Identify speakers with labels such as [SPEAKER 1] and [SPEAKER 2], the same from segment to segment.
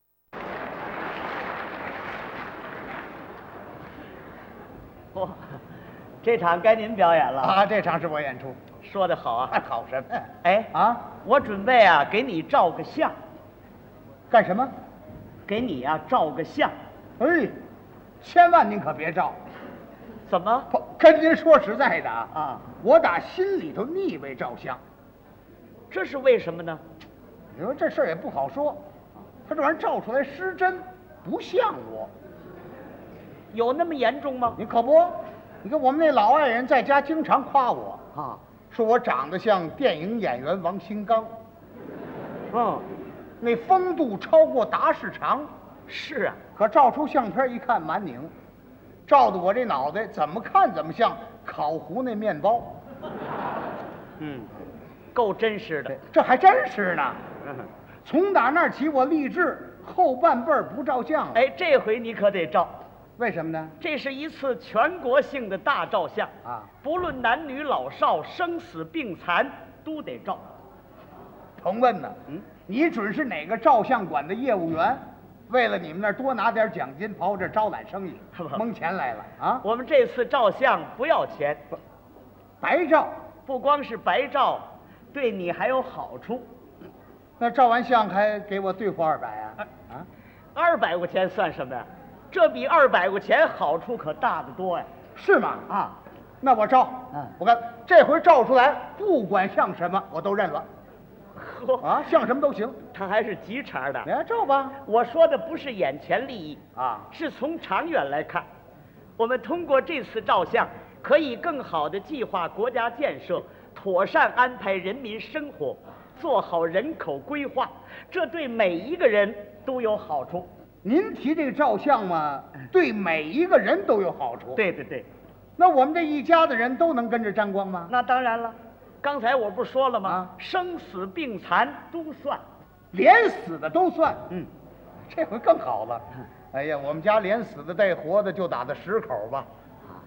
[SPEAKER 1] 嚯，这场该您表演了。
[SPEAKER 2] 啊，这场是我演出，
[SPEAKER 1] 说的好
[SPEAKER 2] 还
[SPEAKER 1] 啊！
[SPEAKER 2] 讨什么呀？
[SPEAKER 1] 哎
[SPEAKER 2] 啊，
[SPEAKER 1] 我准备啊给你照个相，
[SPEAKER 2] 干什么？
[SPEAKER 1] 给你啊照个相。
[SPEAKER 2] 哎，千万您可别照。
[SPEAKER 1] 怎么？
[SPEAKER 2] 不跟您说实在的啊，
[SPEAKER 1] 啊，
[SPEAKER 2] 我打心里头腻味照相。
[SPEAKER 1] 这是为什么呢？
[SPEAKER 2] 你说这事儿也不好说，啊他这玩意儿照出来失真，不像我。
[SPEAKER 1] 有那么严重吗？
[SPEAKER 2] 你可不，你看我们那老爱人在家经常夸我，
[SPEAKER 1] 啊，
[SPEAKER 2] 说我长得像电影演员王新刚，
[SPEAKER 1] 嗯，
[SPEAKER 2] 那风度超过达士长。
[SPEAKER 1] 是啊，
[SPEAKER 2] 可照出相片一看，满拧，照的我这脑袋怎么看怎么像烤糊那面包，
[SPEAKER 1] 嗯，够真实的。
[SPEAKER 2] 这还真是呢。
[SPEAKER 1] 嗯
[SPEAKER 2] 从打那儿起，我立志后半辈儿不照相了。
[SPEAKER 1] 哎，这回你可得照，
[SPEAKER 2] 为什么呢？
[SPEAKER 1] 这是一次全国性的大照相
[SPEAKER 2] 啊，
[SPEAKER 1] 不论男女老少、生死病残都得照。
[SPEAKER 2] 甭问呢，
[SPEAKER 1] 嗯，
[SPEAKER 2] 你准是哪个照相馆的业务员，为了你们那儿多拿点奖金，跑我这儿招揽生意
[SPEAKER 1] 是吧，
[SPEAKER 2] 蒙钱来了啊？
[SPEAKER 1] 我们这次照相不要钱，
[SPEAKER 2] 白照，
[SPEAKER 1] 不光是白照，对你还有好处。
[SPEAKER 2] 那照完相还给我兑换二百
[SPEAKER 1] 哎
[SPEAKER 2] 啊？啊，
[SPEAKER 1] 二百块钱算什么呀？这比二百块钱好处可大得多呀！
[SPEAKER 2] 是吗？
[SPEAKER 1] 啊，
[SPEAKER 2] 那我照，
[SPEAKER 1] 嗯
[SPEAKER 2] 我看这回照出来，不管像什么，我都认了
[SPEAKER 1] 呵，
[SPEAKER 2] 啊，像什么都行。
[SPEAKER 1] 他还是急茬的。
[SPEAKER 2] 来照吧，
[SPEAKER 1] 我说的不是眼前利益，
[SPEAKER 2] 啊，
[SPEAKER 1] 是从长远来看，我们通过这次照相，可以更好地计划国家建设，妥善安排人民生活，做好人口规划，这对每一个人都有好处。
[SPEAKER 2] 您提这个照相嘛，对每一个人都有好处。，
[SPEAKER 1] 嗯对对对，
[SPEAKER 2] 那我们这一家子人都能跟着沾光吗？
[SPEAKER 1] 那当然了，刚才我不是说了吗？
[SPEAKER 2] 啊
[SPEAKER 1] 生死病残都算。
[SPEAKER 2] 连死的都算，
[SPEAKER 1] 嗯，
[SPEAKER 2] 这回更好了。哎呀，我们家连死的带活的就打到十口吧，
[SPEAKER 1] 啊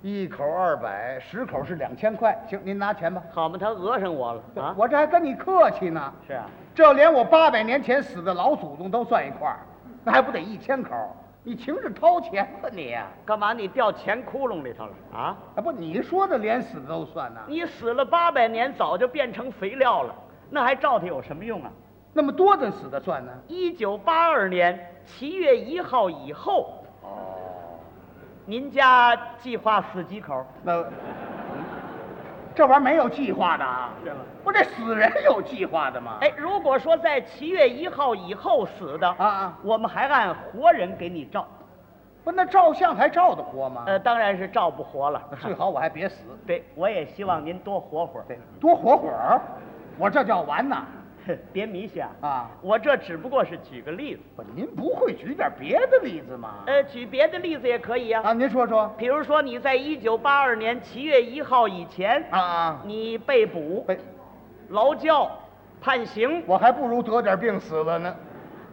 [SPEAKER 2] 一口二百，十口是两千块。行，您拿钱吧。
[SPEAKER 1] 好嘛，他讹上我了啊！
[SPEAKER 2] 我这还跟你客气呢。
[SPEAKER 1] 是啊，
[SPEAKER 2] 这连我八百年前死的老祖宗都算一块儿，那还不得一千口？你情是掏钱吧你？
[SPEAKER 1] 干嘛你掉钱窟窿里头了啊？
[SPEAKER 2] 啊不，你说的连死的都算呐、
[SPEAKER 1] 你死了八百年，早就变成肥料了，那还照它有什么用啊？
[SPEAKER 2] 那么多的死的算呢？
[SPEAKER 1] 一九八二年七月一号以后，
[SPEAKER 2] 哦，
[SPEAKER 1] 您家计划死几口？
[SPEAKER 2] 那这玩意儿没有计划的啊？
[SPEAKER 1] 是吗
[SPEAKER 2] 不，这死人有计划的吗？
[SPEAKER 1] 哎，如果说在七月一号以后死的
[SPEAKER 2] 啊啊
[SPEAKER 1] 我们还按活人给你照，
[SPEAKER 2] 不，那照相还照得活吗？
[SPEAKER 1] 呃，当然是照不活了
[SPEAKER 2] 那。最好我还别死，
[SPEAKER 1] 对，我也希望您多活会儿。
[SPEAKER 2] 多活会儿，我这叫完呐！
[SPEAKER 1] 哼 别迷信啊！
[SPEAKER 2] 啊，
[SPEAKER 1] 我这只不过是举个例子，
[SPEAKER 2] 不，您不会举点别的例子吗？
[SPEAKER 1] 呃，举别的例子也可以啊。
[SPEAKER 2] 啊，您说说。
[SPEAKER 1] 比如说你在一九八二年七月一号以前，
[SPEAKER 2] 啊啊，哎
[SPEAKER 1] 你被捕、
[SPEAKER 2] 被
[SPEAKER 1] 劳教、判刑，
[SPEAKER 2] 我还不如得点病死了呢。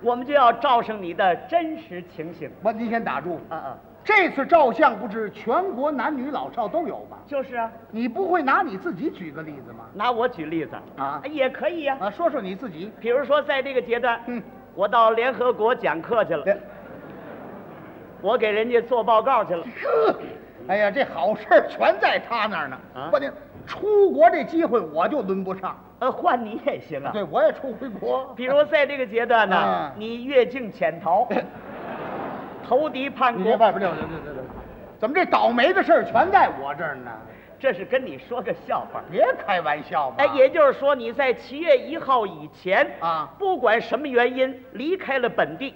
[SPEAKER 1] 我们就要照上你的真实情形。
[SPEAKER 2] 我您先打住，
[SPEAKER 1] 嗯嗯，
[SPEAKER 2] 这次照相不是全国男女老少都有吗？
[SPEAKER 1] 就是啊，
[SPEAKER 2] 你不会拿你自己举个例子吗？
[SPEAKER 1] 拿我举例子
[SPEAKER 2] 啊
[SPEAKER 1] 也可以呀、
[SPEAKER 2] 啊，说说你自己。
[SPEAKER 1] 比如说，在这个阶段，
[SPEAKER 2] 嗯，
[SPEAKER 1] 我到联合国讲课去了，
[SPEAKER 2] 这
[SPEAKER 1] 我给人家做报告 去了。
[SPEAKER 2] 呵，哎呀，这好事儿全在他那儿呢。
[SPEAKER 1] 啊
[SPEAKER 2] 关键出国这机会我就轮不上。
[SPEAKER 1] 呃，换你也行啊。
[SPEAKER 2] 对，我也出回国。
[SPEAKER 1] 比如在这个阶段呢，
[SPEAKER 2] 啊
[SPEAKER 1] 你越境潜 逃，投敌叛
[SPEAKER 2] 你
[SPEAKER 1] 国
[SPEAKER 2] 这，外边溜溜溜溜溜，怎么这倒霉的事儿全在我这儿呢？
[SPEAKER 1] 这是跟你说个笑话。
[SPEAKER 2] 别开玩笑吧！
[SPEAKER 1] 哎，也就是说，你在七月一号以前
[SPEAKER 2] 啊
[SPEAKER 1] 不管什么原因离开了本地，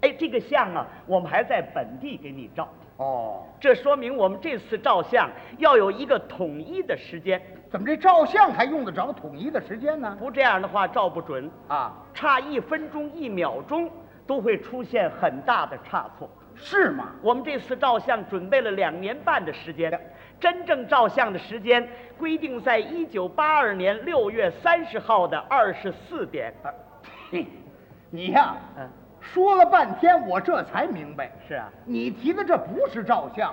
[SPEAKER 1] 哎，这个相啊，我们还在本地给你照。
[SPEAKER 2] 哦，
[SPEAKER 1] 这说明我们这次照相要有一个统一的时间，
[SPEAKER 2] 怎么这照相还用得着统一的时间呢？
[SPEAKER 1] 不这样的话照不准，
[SPEAKER 2] 啊，
[SPEAKER 1] 差一分钟、一秒钟都会出现很大的差错。
[SPEAKER 2] 是吗？
[SPEAKER 1] 我们这次照相准备了两年半的时间，真正照相的时间规定在一九八二年六月三十号的二十四点。
[SPEAKER 2] 啊嘿，你呀、
[SPEAKER 1] 嗯，
[SPEAKER 2] 说了半天，我这才明白，
[SPEAKER 1] 是啊，
[SPEAKER 2] 你提的这不是照相，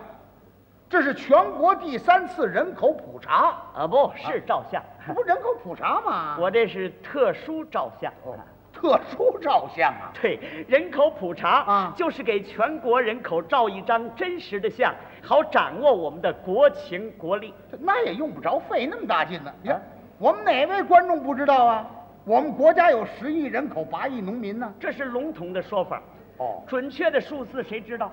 [SPEAKER 2] 这是全国第三次人口 普查，
[SPEAKER 1] 啊不是照相，
[SPEAKER 2] 这不人口普查吗？
[SPEAKER 1] 我这是特殊照相。
[SPEAKER 2] 哦，特殊照相啊！
[SPEAKER 1] 对，人口普查
[SPEAKER 2] 啊
[SPEAKER 1] 就是给全国人口照一张真实的相，好掌握我们的国情国力。
[SPEAKER 2] 这那也用不着费那么大劲呢、你看、
[SPEAKER 1] 啊
[SPEAKER 2] 我们哪位观众不知道啊？我们国家有十亿人口，八亿农民呢、
[SPEAKER 1] 这是笼统的说法，
[SPEAKER 2] 哦，
[SPEAKER 1] 准确的数字谁知道？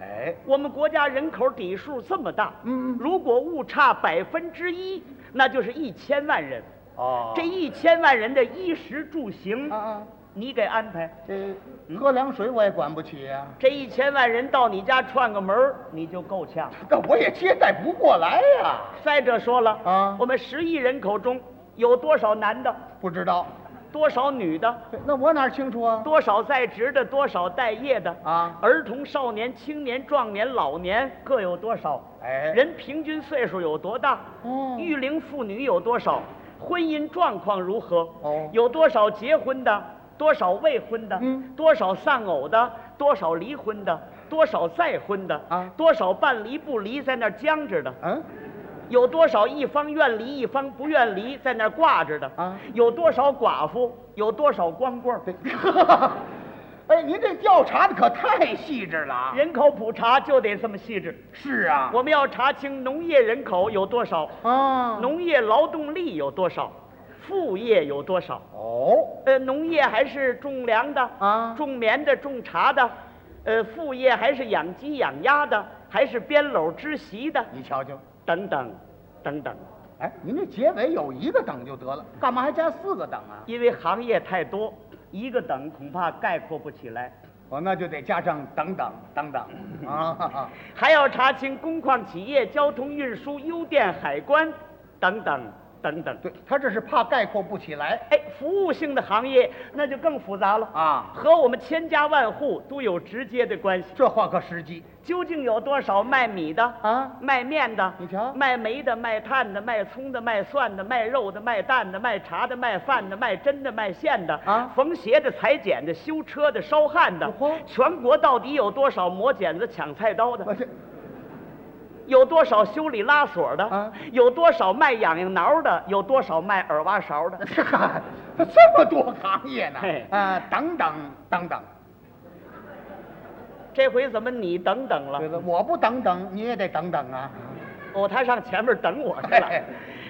[SPEAKER 2] 哎，
[SPEAKER 1] 我们国家人口底数这么大，
[SPEAKER 2] 嗯
[SPEAKER 1] 如果误差百分之一，那就是一千万人。
[SPEAKER 2] 哦，
[SPEAKER 1] 这一千万人的衣食住行，
[SPEAKER 2] 啊啊，
[SPEAKER 1] 你给安排。
[SPEAKER 2] 这喝凉水我也管不起啊呀、
[SPEAKER 1] 这一千万人到你家串个门儿你就够呛。
[SPEAKER 2] 但我也接待不过来呀、
[SPEAKER 1] 再者说了，
[SPEAKER 2] 啊
[SPEAKER 1] 嗯我们十亿人口中有多少男的，
[SPEAKER 2] 不知道，
[SPEAKER 1] 多少女的，
[SPEAKER 2] 这那我哪清楚啊？
[SPEAKER 1] 多少在职的，多少待业的
[SPEAKER 2] 啊，
[SPEAKER 1] 儿童、少年、青年、壮年、老年各有多少？
[SPEAKER 2] 哎，
[SPEAKER 1] 人平均岁数有多大？
[SPEAKER 2] 哦
[SPEAKER 1] 育龄妇女有多少？婚姻状况如何？
[SPEAKER 2] 哦
[SPEAKER 1] 有多少结婚的？多少未婚的？
[SPEAKER 2] 嗯
[SPEAKER 1] 多少丧偶的？多少离婚的？多少再婚的？
[SPEAKER 2] 啊
[SPEAKER 1] 多少半离不离在那儿僵着的？
[SPEAKER 2] 嗯，
[SPEAKER 1] 有多少一方愿离一方不愿离在那儿挂着的？
[SPEAKER 2] 啊
[SPEAKER 1] 有多少寡妇？有多少光棍儿？
[SPEAKER 2] 对， 哎，您这调查的可太细致了啊！
[SPEAKER 1] 人口普查就得这么细致。
[SPEAKER 2] 是啊，
[SPEAKER 1] 我们要查清农业人口有多少，
[SPEAKER 2] 啊，
[SPEAKER 1] 农业劳动力有多少，副业有多少。
[SPEAKER 2] 哦
[SPEAKER 1] 呃，农业还是种粮的，
[SPEAKER 2] 啊，
[SPEAKER 1] 种棉的，种茶的，呃，副业还是养鸡养鸭的，还是编篓织席的，
[SPEAKER 2] 你瞧瞧，
[SPEAKER 1] 等等，等等。
[SPEAKER 2] 哎，您这结尾有一个等就得了，干嘛还加四个等啊？
[SPEAKER 1] 因为行业太多，一个等恐怕概括不起来。
[SPEAKER 2] 哦，那就得加上等等等等啊！
[SPEAKER 1] 还要查清工矿企业、交通运输、邮电、海关，等等等等。
[SPEAKER 2] 对他这是怕概括不起来
[SPEAKER 1] 哎，服务性的行业那就更复杂了
[SPEAKER 2] 啊，
[SPEAKER 1] 和我们千家万户都有直接的关系。
[SPEAKER 2] 这话可实际
[SPEAKER 1] 究竟有多少卖米的、
[SPEAKER 2] 啊！
[SPEAKER 1] 卖面的、
[SPEAKER 2] 你瞧
[SPEAKER 1] 卖煤的、卖炭的、卖葱的、卖蒜的、卖肉的、卖蛋的、卖茶的、卖饭的、卖针的、卖线的
[SPEAKER 2] 啊哦
[SPEAKER 1] 缝鞋的、裁剪的、修车的、烧焊的
[SPEAKER 2] 哟呵，
[SPEAKER 1] 全国到底有多少磨剪子、抢菜刀的？
[SPEAKER 2] 我这
[SPEAKER 1] 有多少修理拉锁的？
[SPEAKER 2] 啊
[SPEAKER 1] 有多少卖痒痒挠的？有多少卖耳挖勺 的？
[SPEAKER 2] 这还这么多行业呢
[SPEAKER 1] 嘿
[SPEAKER 2] 啊！等等等等，
[SPEAKER 1] 这回怎么你等等
[SPEAKER 2] 对
[SPEAKER 1] 了？
[SPEAKER 2] 了，我不等等你也得等等啊！
[SPEAKER 1] 哦，他上前面等我去了
[SPEAKER 2] 嘿嘿，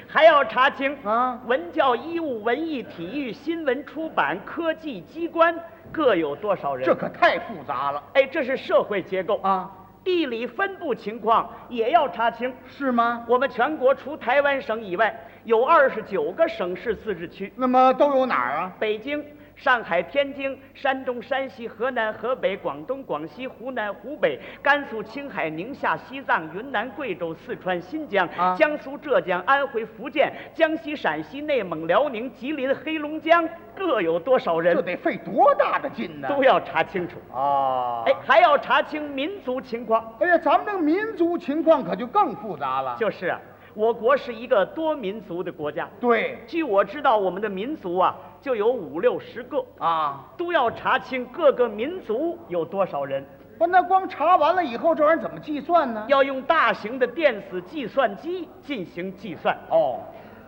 [SPEAKER 1] 还要查清
[SPEAKER 2] 啊
[SPEAKER 1] 文教、医务、文艺、体育、新闻、出版、科技、机关各有多少人？
[SPEAKER 2] 这可太复杂了
[SPEAKER 1] 哎，这是社会结构，
[SPEAKER 2] 啊！
[SPEAKER 1] 地理分布情况也要查清。
[SPEAKER 2] 是吗？
[SPEAKER 1] 我们全国除台湾省以外，有二十九个省市自治区。
[SPEAKER 2] 那么都有哪儿啊？
[SPEAKER 1] 北京、上海、天津、山东、山西、河南、河北、广东、广西、湖南、湖北、甘肃、青海、宁夏、西藏、云南、贵州、四川、新疆、
[SPEAKER 2] 啊
[SPEAKER 1] 江苏、浙江、安徽、福建、江西、陕西、内蒙、辽宁、吉林、黑龙江，各有多少
[SPEAKER 2] 这
[SPEAKER 1] 人，
[SPEAKER 2] 得费多大的劲呢？
[SPEAKER 1] 都要查清楚。
[SPEAKER 2] 啊！
[SPEAKER 1] 哎，还要查清民族情况。
[SPEAKER 2] 哎呀，咱们这个民族情况可就更复杂了。
[SPEAKER 1] 就是啊，我国是一个多民族的国家。
[SPEAKER 2] 对
[SPEAKER 1] 据我知道，我们的民族啊，就有五六十个，
[SPEAKER 2] 啊，
[SPEAKER 1] 都要查清各个民族有多少人。
[SPEAKER 2] 不，那光查完了以后，这玩意儿怎么计算呢？
[SPEAKER 1] 要用大型的电子计算机进行计算，
[SPEAKER 2] 哦，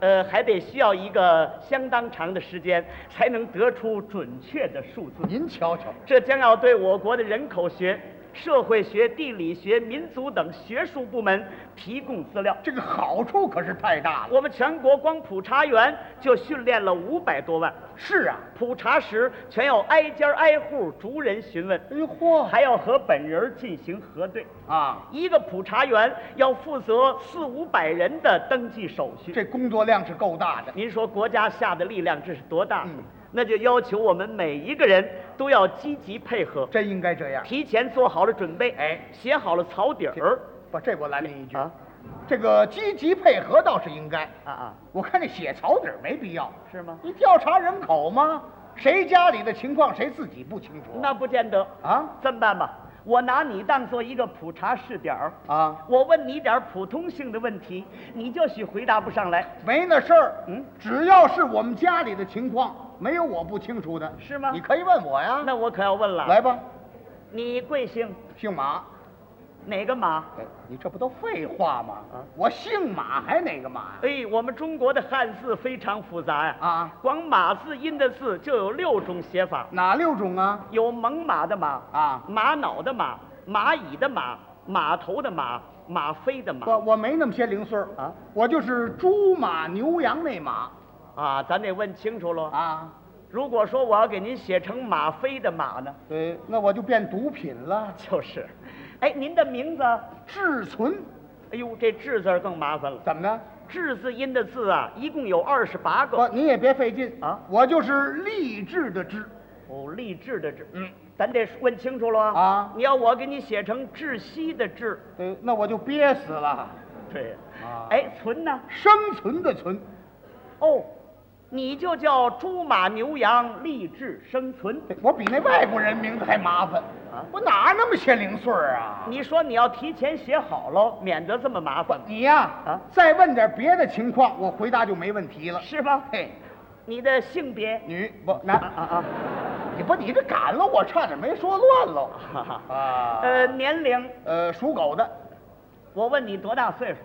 [SPEAKER 1] 呃，还得需要一个相当长的时间才能得出准确的数字。
[SPEAKER 2] 您瞧瞧，
[SPEAKER 1] 这将要对我国的人口学、社会学、地理学、民族等学术部门提供资料。
[SPEAKER 2] 这个好处可是太大了。
[SPEAKER 1] 我们全国光普查员就训练了五百多万，
[SPEAKER 2] 是啊，
[SPEAKER 1] 普查时全要挨家挨户逐人询问，
[SPEAKER 2] 哎呦嚯，
[SPEAKER 1] 还要和本人儿进行核对。
[SPEAKER 2] 啊，
[SPEAKER 1] 一个普查员要负责四五百人的登记手续。
[SPEAKER 2] 这工作量是够大的。
[SPEAKER 1] 您说国家下的力量这是多大？
[SPEAKER 2] 嗯
[SPEAKER 1] 那就要求我们每一个人都要积极配合，
[SPEAKER 2] 真应该这样。
[SPEAKER 1] 提前做好了准备，
[SPEAKER 2] 哎
[SPEAKER 1] 写好了草底儿
[SPEAKER 2] 不，这我拦您一句
[SPEAKER 1] 啊，
[SPEAKER 2] 这个积极配合倒是应该。
[SPEAKER 1] 啊啊，
[SPEAKER 2] 我看这写草底儿没必要。
[SPEAKER 1] 是吗？
[SPEAKER 2] 你调查人口吗？谁家里的情况谁自己不清楚？
[SPEAKER 1] 那不见得。
[SPEAKER 2] 啊
[SPEAKER 1] 这么办吧，我拿你当做一个普查试点儿，
[SPEAKER 2] 啊，
[SPEAKER 1] 我问你点儿普通性的问题，你就许回答不上来，
[SPEAKER 2] 没那事儿。
[SPEAKER 1] 嗯，
[SPEAKER 2] 只要是我们家里的情况，没有我不清楚的。
[SPEAKER 1] 是吗
[SPEAKER 2] 你可以问我呀。
[SPEAKER 1] 那我可要问了。
[SPEAKER 2] 来吧，
[SPEAKER 1] 你贵姓？
[SPEAKER 2] 姓马，
[SPEAKER 1] 哪个马？
[SPEAKER 2] 哎，你这不都废话吗？
[SPEAKER 1] 啊
[SPEAKER 2] 我姓马还哪个马呀？
[SPEAKER 1] 哎，我们中国的汉字非常复杂呀、
[SPEAKER 2] 啊
[SPEAKER 1] 光马字音的字就有六种写法，
[SPEAKER 2] 哪六种啊？
[SPEAKER 1] 有猛犸的马，
[SPEAKER 2] 啊，
[SPEAKER 1] 玛瑙的马，蚂蚁的马，马头的马，马飞的马。
[SPEAKER 2] 我我没那么些零碎儿
[SPEAKER 1] 啊，
[SPEAKER 2] 我就是猪马牛羊那马
[SPEAKER 1] 啊，咱得问清楚喽。
[SPEAKER 2] 啊。
[SPEAKER 1] 如果说我要给您写成马飞的马呢，
[SPEAKER 2] 对，那我就变毒品了，
[SPEAKER 1] 就是，哎，您的名字，
[SPEAKER 2] 志存
[SPEAKER 1] 哎呦，这志字儿更麻烦了。
[SPEAKER 2] 怎么呢？
[SPEAKER 1] 志字音的字啊，一共有二十八
[SPEAKER 2] 不
[SPEAKER 1] 个。，
[SPEAKER 2] 你也别费劲
[SPEAKER 1] 啊
[SPEAKER 2] 我就是励志的志，
[SPEAKER 1] 哦，励志的志，嗯，咱得问清楚喽。
[SPEAKER 2] 啊
[SPEAKER 1] 你要我给你写成窒息的窒，
[SPEAKER 2] 对，那我就憋死了。
[SPEAKER 1] 对，
[SPEAKER 2] 啊
[SPEAKER 1] 哎，存呢？
[SPEAKER 2] 生存的存，
[SPEAKER 1] 哦，你就叫猪马牛羊励志生存。
[SPEAKER 2] 对我比那外国人名字还麻烦
[SPEAKER 1] 啊
[SPEAKER 2] 我哪那么些零碎儿啊？
[SPEAKER 1] 你说你要提前写好喽，免得这么麻烦，
[SPEAKER 2] 你呀、
[SPEAKER 1] 啊
[SPEAKER 2] 再问点别的情况，我回答就没问题了。
[SPEAKER 1] 是吧？
[SPEAKER 2] 嘿，
[SPEAKER 1] 你的性别？
[SPEAKER 2] 女不男
[SPEAKER 1] 啊啊啊！
[SPEAKER 2] 你不你这赶了我，差点没说乱喽。
[SPEAKER 1] 哈哈
[SPEAKER 2] 啊，
[SPEAKER 1] 呃，年龄，
[SPEAKER 2] 呃，属狗的，
[SPEAKER 1] 我问你多大岁数？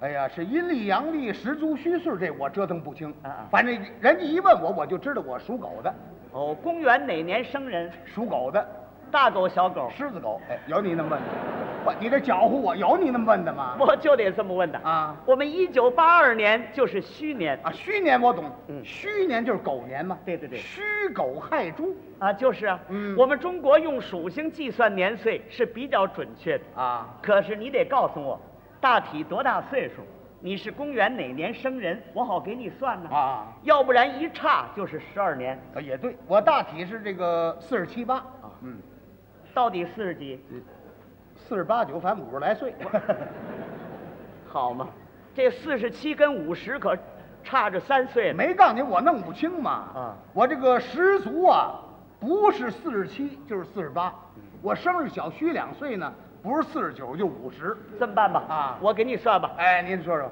[SPEAKER 2] 哎呀，是阴历阳历十足虚岁，这我折腾不清。
[SPEAKER 1] 啊啊
[SPEAKER 2] 反正人家一问我，我就知道我属狗的，
[SPEAKER 1] 哦，公元哪年生人？
[SPEAKER 2] 属狗的，
[SPEAKER 1] 大狗小狗？
[SPEAKER 2] 狮子狗。哎，有你那么问的？不，你这搅和我，有你那么问的吗？
[SPEAKER 1] 我就得这么问的
[SPEAKER 2] 啊
[SPEAKER 1] 我们一九八二年就是虚年
[SPEAKER 2] 啊，虚年我懂，
[SPEAKER 1] 嗯
[SPEAKER 2] 虚年就是狗年嘛。
[SPEAKER 1] 对对对
[SPEAKER 2] 虚狗亥猪
[SPEAKER 1] 啊，就是啊，
[SPEAKER 2] 嗯
[SPEAKER 1] 我们中国用属性计算年岁是比较准确的。
[SPEAKER 2] 啊，
[SPEAKER 1] 可是你得告诉我，大体多大岁数？你是公元哪年生人？我好给你算呢。
[SPEAKER 2] 啊
[SPEAKER 1] 要不然一差就是十二年，
[SPEAKER 2] 啊也对，我大体是这个四十七八啊，嗯，
[SPEAKER 1] 到底四十几，
[SPEAKER 2] 四十八九，反正五十 来岁。
[SPEAKER 1] 好嘛？这四十七跟五十可差着三岁呢。
[SPEAKER 2] 没告诉你我弄不清嘛。
[SPEAKER 1] 啊
[SPEAKER 2] 我这个十足啊，不是四十七就是四十八。
[SPEAKER 1] 嗯
[SPEAKER 2] 我生日小虚两岁呢，不是四十九就五十。
[SPEAKER 1] 这么办吧，
[SPEAKER 2] 啊
[SPEAKER 1] 我给你算吧。
[SPEAKER 2] 哎，您说说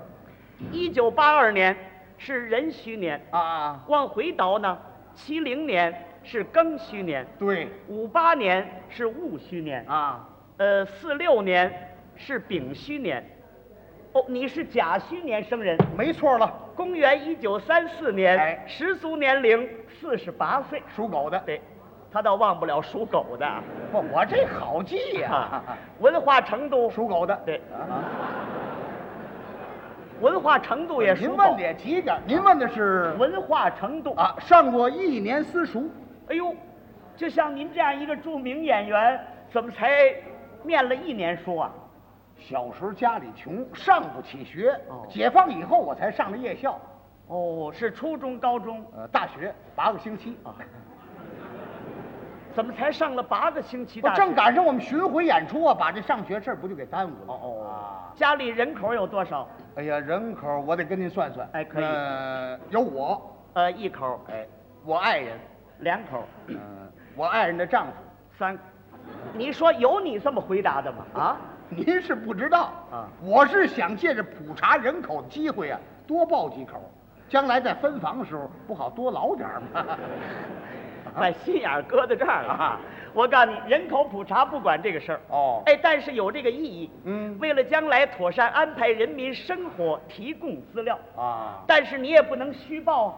[SPEAKER 1] 一九八二年是壬戌年，
[SPEAKER 2] 啊？
[SPEAKER 1] 往回倒呢，七零年是庚戌年，
[SPEAKER 2] 对
[SPEAKER 1] 五八年是戊戌年，
[SPEAKER 2] 啊，
[SPEAKER 1] 呃，四六年是丙戌年。哦，你是甲戌年生人，
[SPEAKER 2] 没错了，
[SPEAKER 1] 公元一九三四年
[SPEAKER 2] 哎，
[SPEAKER 1] 十足年龄四十八岁。
[SPEAKER 2] 属狗的。
[SPEAKER 1] 对，他倒忘不了属狗的啊，
[SPEAKER 2] 不，我这好记哎呀、
[SPEAKER 1] 文化程度
[SPEAKER 2] 属狗的。
[SPEAKER 1] 啊对
[SPEAKER 2] 啊，
[SPEAKER 1] 文化程度也属
[SPEAKER 2] 您
[SPEAKER 1] 狗
[SPEAKER 2] 问的，也急点儿，您问的是
[SPEAKER 1] 文化程度
[SPEAKER 2] 啊，上过一年私塾。
[SPEAKER 1] 哎呦，就像您这样一个著名演员，怎么才念了一年书啊？
[SPEAKER 2] 小时候家里穷，上不起学。
[SPEAKER 1] 哦
[SPEAKER 2] 解放以后我才上的夜校，
[SPEAKER 1] 哦，是初中、高中，
[SPEAKER 2] 呃，大学八个星期啊。
[SPEAKER 1] 怎么才上了八个星期
[SPEAKER 2] 我
[SPEAKER 1] 大学？
[SPEAKER 2] 正赶上我们巡回演出啊，把这上学事儿不就给耽误了？
[SPEAKER 1] 哦哦
[SPEAKER 2] 啊！
[SPEAKER 1] 家里人口有多少？
[SPEAKER 2] 哎呀，人口我得跟您算算。
[SPEAKER 1] 哎可以
[SPEAKER 2] 呃，有我，
[SPEAKER 1] 呃，一口、
[SPEAKER 2] 哎，我爱人，
[SPEAKER 1] 两口、
[SPEAKER 2] 嗯、我爱人的丈夫。
[SPEAKER 1] 三。你说有你这么回答的吗？啊，
[SPEAKER 2] 您是不知道
[SPEAKER 1] 啊
[SPEAKER 2] 我是想借着普查人口的机会啊，多报几口，将来在分房的时候不好多捞点儿吗？
[SPEAKER 1] 把心眼儿搁在这儿了啊！我告诉你，人口普查不管这个事儿，
[SPEAKER 2] 哦，
[SPEAKER 1] 哎，但是有这个意义。
[SPEAKER 2] 嗯
[SPEAKER 1] 为了将来妥善安排人民生活，提供资料。
[SPEAKER 2] 啊，
[SPEAKER 1] 但是你也不能虚报啊。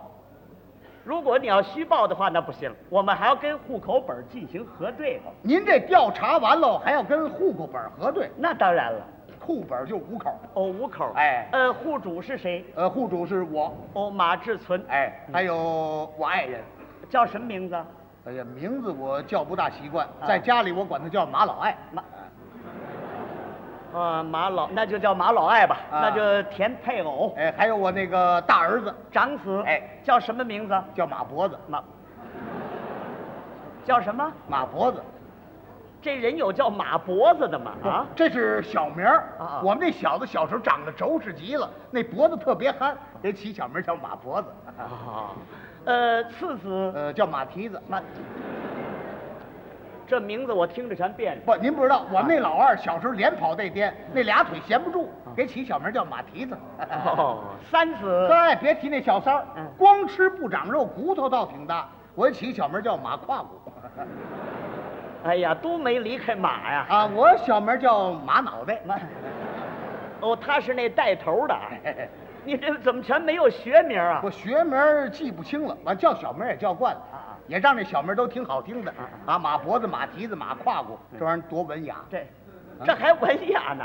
[SPEAKER 1] 如果你要虚报的话，那不行，我们还要跟户口本进行核对的。
[SPEAKER 2] 您这调查完喽，还要跟户口本核对，
[SPEAKER 1] 那当然了，
[SPEAKER 2] 户本就五口，
[SPEAKER 1] 哦，五口，
[SPEAKER 2] 哎
[SPEAKER 1] 呃，户主是谁？
[SPEAKER 2] 呃，户主是我，
[SPEAKER 1] 哦，马志存，
[SPEAKER 2] 哎，还有我爱人。
[SPEAKER 1] 叫什么名字？
[SPEAKER 2] 哎呀，名字我叫不大习惯，
[SPEAKER 1] 啊
[SPEAKER 2] 在家里我管他叫马老爱。
[SPEAKER 1] 马，啊，马老，那就叫马老爱吧，
[SPEAKER 2] 啊
[SPEAKER 1] 那就填配偶，
[SPEAKER 2] 哎，还有我那个大儿子
[SPEAKER 1] 长子，
[SPEAKER 2] 哎，
[SPEAKER 1] 叫什么名字？
[SPEAKER 2] 叫马脖子，
[SPEAKER 1] 马，叫什么？
[SPEAKER 2] 马脖子
[SPEAKER 1] 这人有叫马脖子的吗？啊，
[SPEAKER 2] 这是小名儿
[SPEAKER 1] 啊啊
[SPEAKER 2] 我们这小子小时候长得轴实极了，那脖子特别憨，给起小名叫马脖子，
[SPEAKER 1] 啊，呃，次子，
[SPEAKER 2] 呃，叫马蹄子。
[SPEAKER 1] 马，这名字我听着全别扭。
[SPEAKER 2] 不，您不知
[SPEAKER 1] 啊
[SPEAKER 2] 道，我们那老二小时候连跑带颠，
[SPEAKER 1] 嗯
[SPEAKER 2] 那俩腿闲不住，给起小名叫马蹄子。
[SPEAKER 1] 啊 哦，三子
[SPEAKER 2] 三爱别提那小三儿
[SPEAKER 1] 嗯，
[SPEAKER 2] 光吃不长肉，骨头倒挺大，我起小名叫马胯骨。
[SPEAKER 1] 哎呀，都没离开马呀。
[SPEAKER 2] 啊，我小名叫马脑 袋。
[SPEAKER 1] 哦，他是那带头的啊。
[SPEAKER 2] 哎
[SPEAKER 1] 你这怎么全没有学名啊
[SPEAKER 2] 我？学名儿记不清了，完叫小名儿也叫惯了，
[SPEAKER 1] 啊
[SPEAKER 2] 也让这小名儿都挺好听的啊，马脖子、马蹄子、马胯骨，
[SPEAKER 1] 嗯
[SPEAKER 2] 这玩意儿多文雅。
[SPEAKER 1] 这，
[SPEAKER 2] 啊
[SPEAKER 1] 这还文雅呢。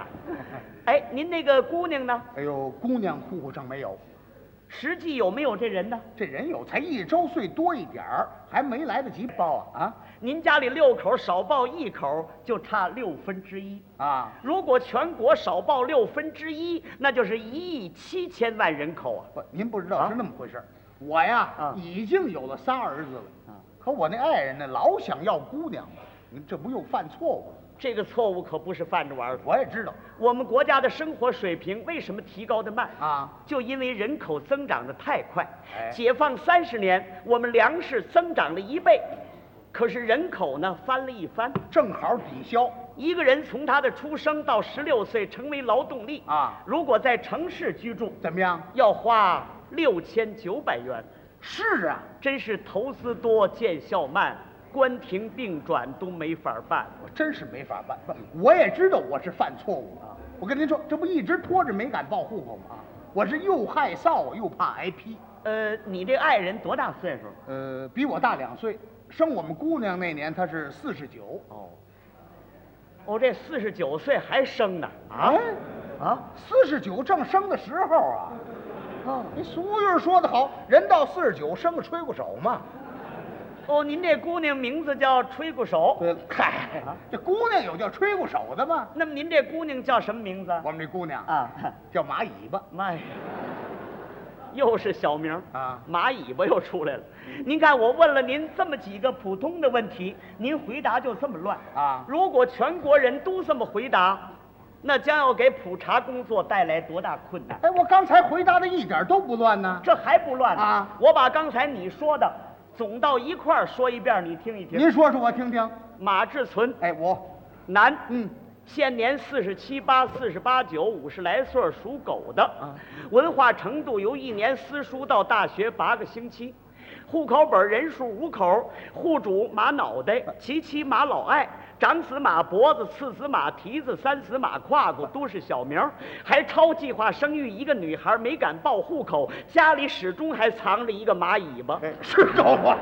[SPEAKER 1] 哎，您那个姑娘呢？
[SPEAKER 2] 哎呦，姑娘户口上没有，
[SPEAKER 1] 实际有没有这人呢？
[SPEAKER 2] 这人有才一周岁多一点儿，还没来得及报啊
[SPEAKER 1] 您家里六口少报一口，就差六分之一。
[SPEAKER 2] 啊啊！
[SPEAKER 1] 如果全国少报六分之一，那就是一亿七千万人口啊！
[SPEAKER 2] 不，您不知道是那么回事儿。我呀、
[SPEAKER 1] 啊
[SPEAKER 2] 已经有了仨儿子了，可我那爱人呢，老想要姑娘，您这不又犯错误了？
[SPEAKER 1] 这个错误可不是犯着玩的。
[SPEAKER 2] 我也知道
[SPEAKER 1] 我们国家的生活水平为什么提高的慢？
[SPEAKER 2] 啊，
[SPEAKER 1] 就因为人口增长的太快
[SPEAKER 2] 哎。
[SPEAKER 1] 解放三十年，我们粮食增长了一倍，可是人口呢翻了一番。
[SPEAKER 2] 正好抵消
[SPEAKER 1] 一个人从他的出生到十六岁成为劳动力
[SPEAKER 2] 啊
[SPEAKER 1] 如果在城市居住，
[SPEAKER 2] 怎么样？
[SPEAKER 1] 要花六千九百元，
[SPEAKER 2] 是啊，
[SPEAKER 1] 真是投资多见效慢，官停并转都没法办。
[SPEAKER 2] 我真是没法办。不，我也知道我是犯错误啊。我跟您说，这不一直拖着没敢报户口吗？我是又害臊又怕挨批。
[SPEAKER 1] 呃，你这爱人多大岁数？
[SPEAKER 2] 呃，比我大两岁，生我们姑娘那年她是四十九
[SPEAKER 1] 哦，我、哦这四十九岁还生呢
[SPEAKER 2] 啊
[SPEAKER 1] 啊！
[SPEAKER 2] 四十九正生的时候啊。
[SPEAKER 1] 哦
[SPEAKER 2] 那俗语说得好，人到四十九生个吹鼓手嘛。
[SPEAKER 1] 哦，您这姑娘名字叫吹鼓手，
[SPEAKER 2] 对了，啊嗨，这姑娘有叫吹鼓手的吗？
[SPEAKER 1] 那么您这姑娘叫什么名字？
[SPEAKER 2] 我们这姑娘
[SPEAKER 1] 啊，
[SPEAKER 2] 叫马尾巴。
[SPEAKER 1] 妈呀！又是小名儿
[SPEAKER 2] 啊
[SPEAKER 1] 马尾巴又出来了。您看，我问了您这么几个普通的问题，您回答就这么乱
[SPEAKER 2] 啊
[SPEAKER 1] 如果全国人都这么回答，那将要给普查工作带来多大困 难？
[SPEAKER 2] 哎，我刚才回答的一点都不乱呢。
[SPEAKER 1] 这还不乱呢
[SPEAKER 2] 啊
[SPEAKER 1] 我把刚才你说的总到一块儿说一遍，你听一听。
[SPEAKER 2] 您说说我听听。
[SPEAKER 1] 马志存，
[SPEAKER 2] 哎，我，
[SPEAKER 1] 男，
[SPEAKER 2] 嗯，
[SPEAKER 1] 现年四十七八、四十八九、五十来岁儿，属狗的。文化程度由一年私塾到大学八个星期，户口本人数五口，户主马脑袋，其妻马老爱。长子马脖子，次子马蹄子，三子马胯骨，都是小名儿还超计划生育一个女孩，没敢报户口，家里始终还藏着一个马尾巴。
[SPEAKER 2] 哎，是狗啊。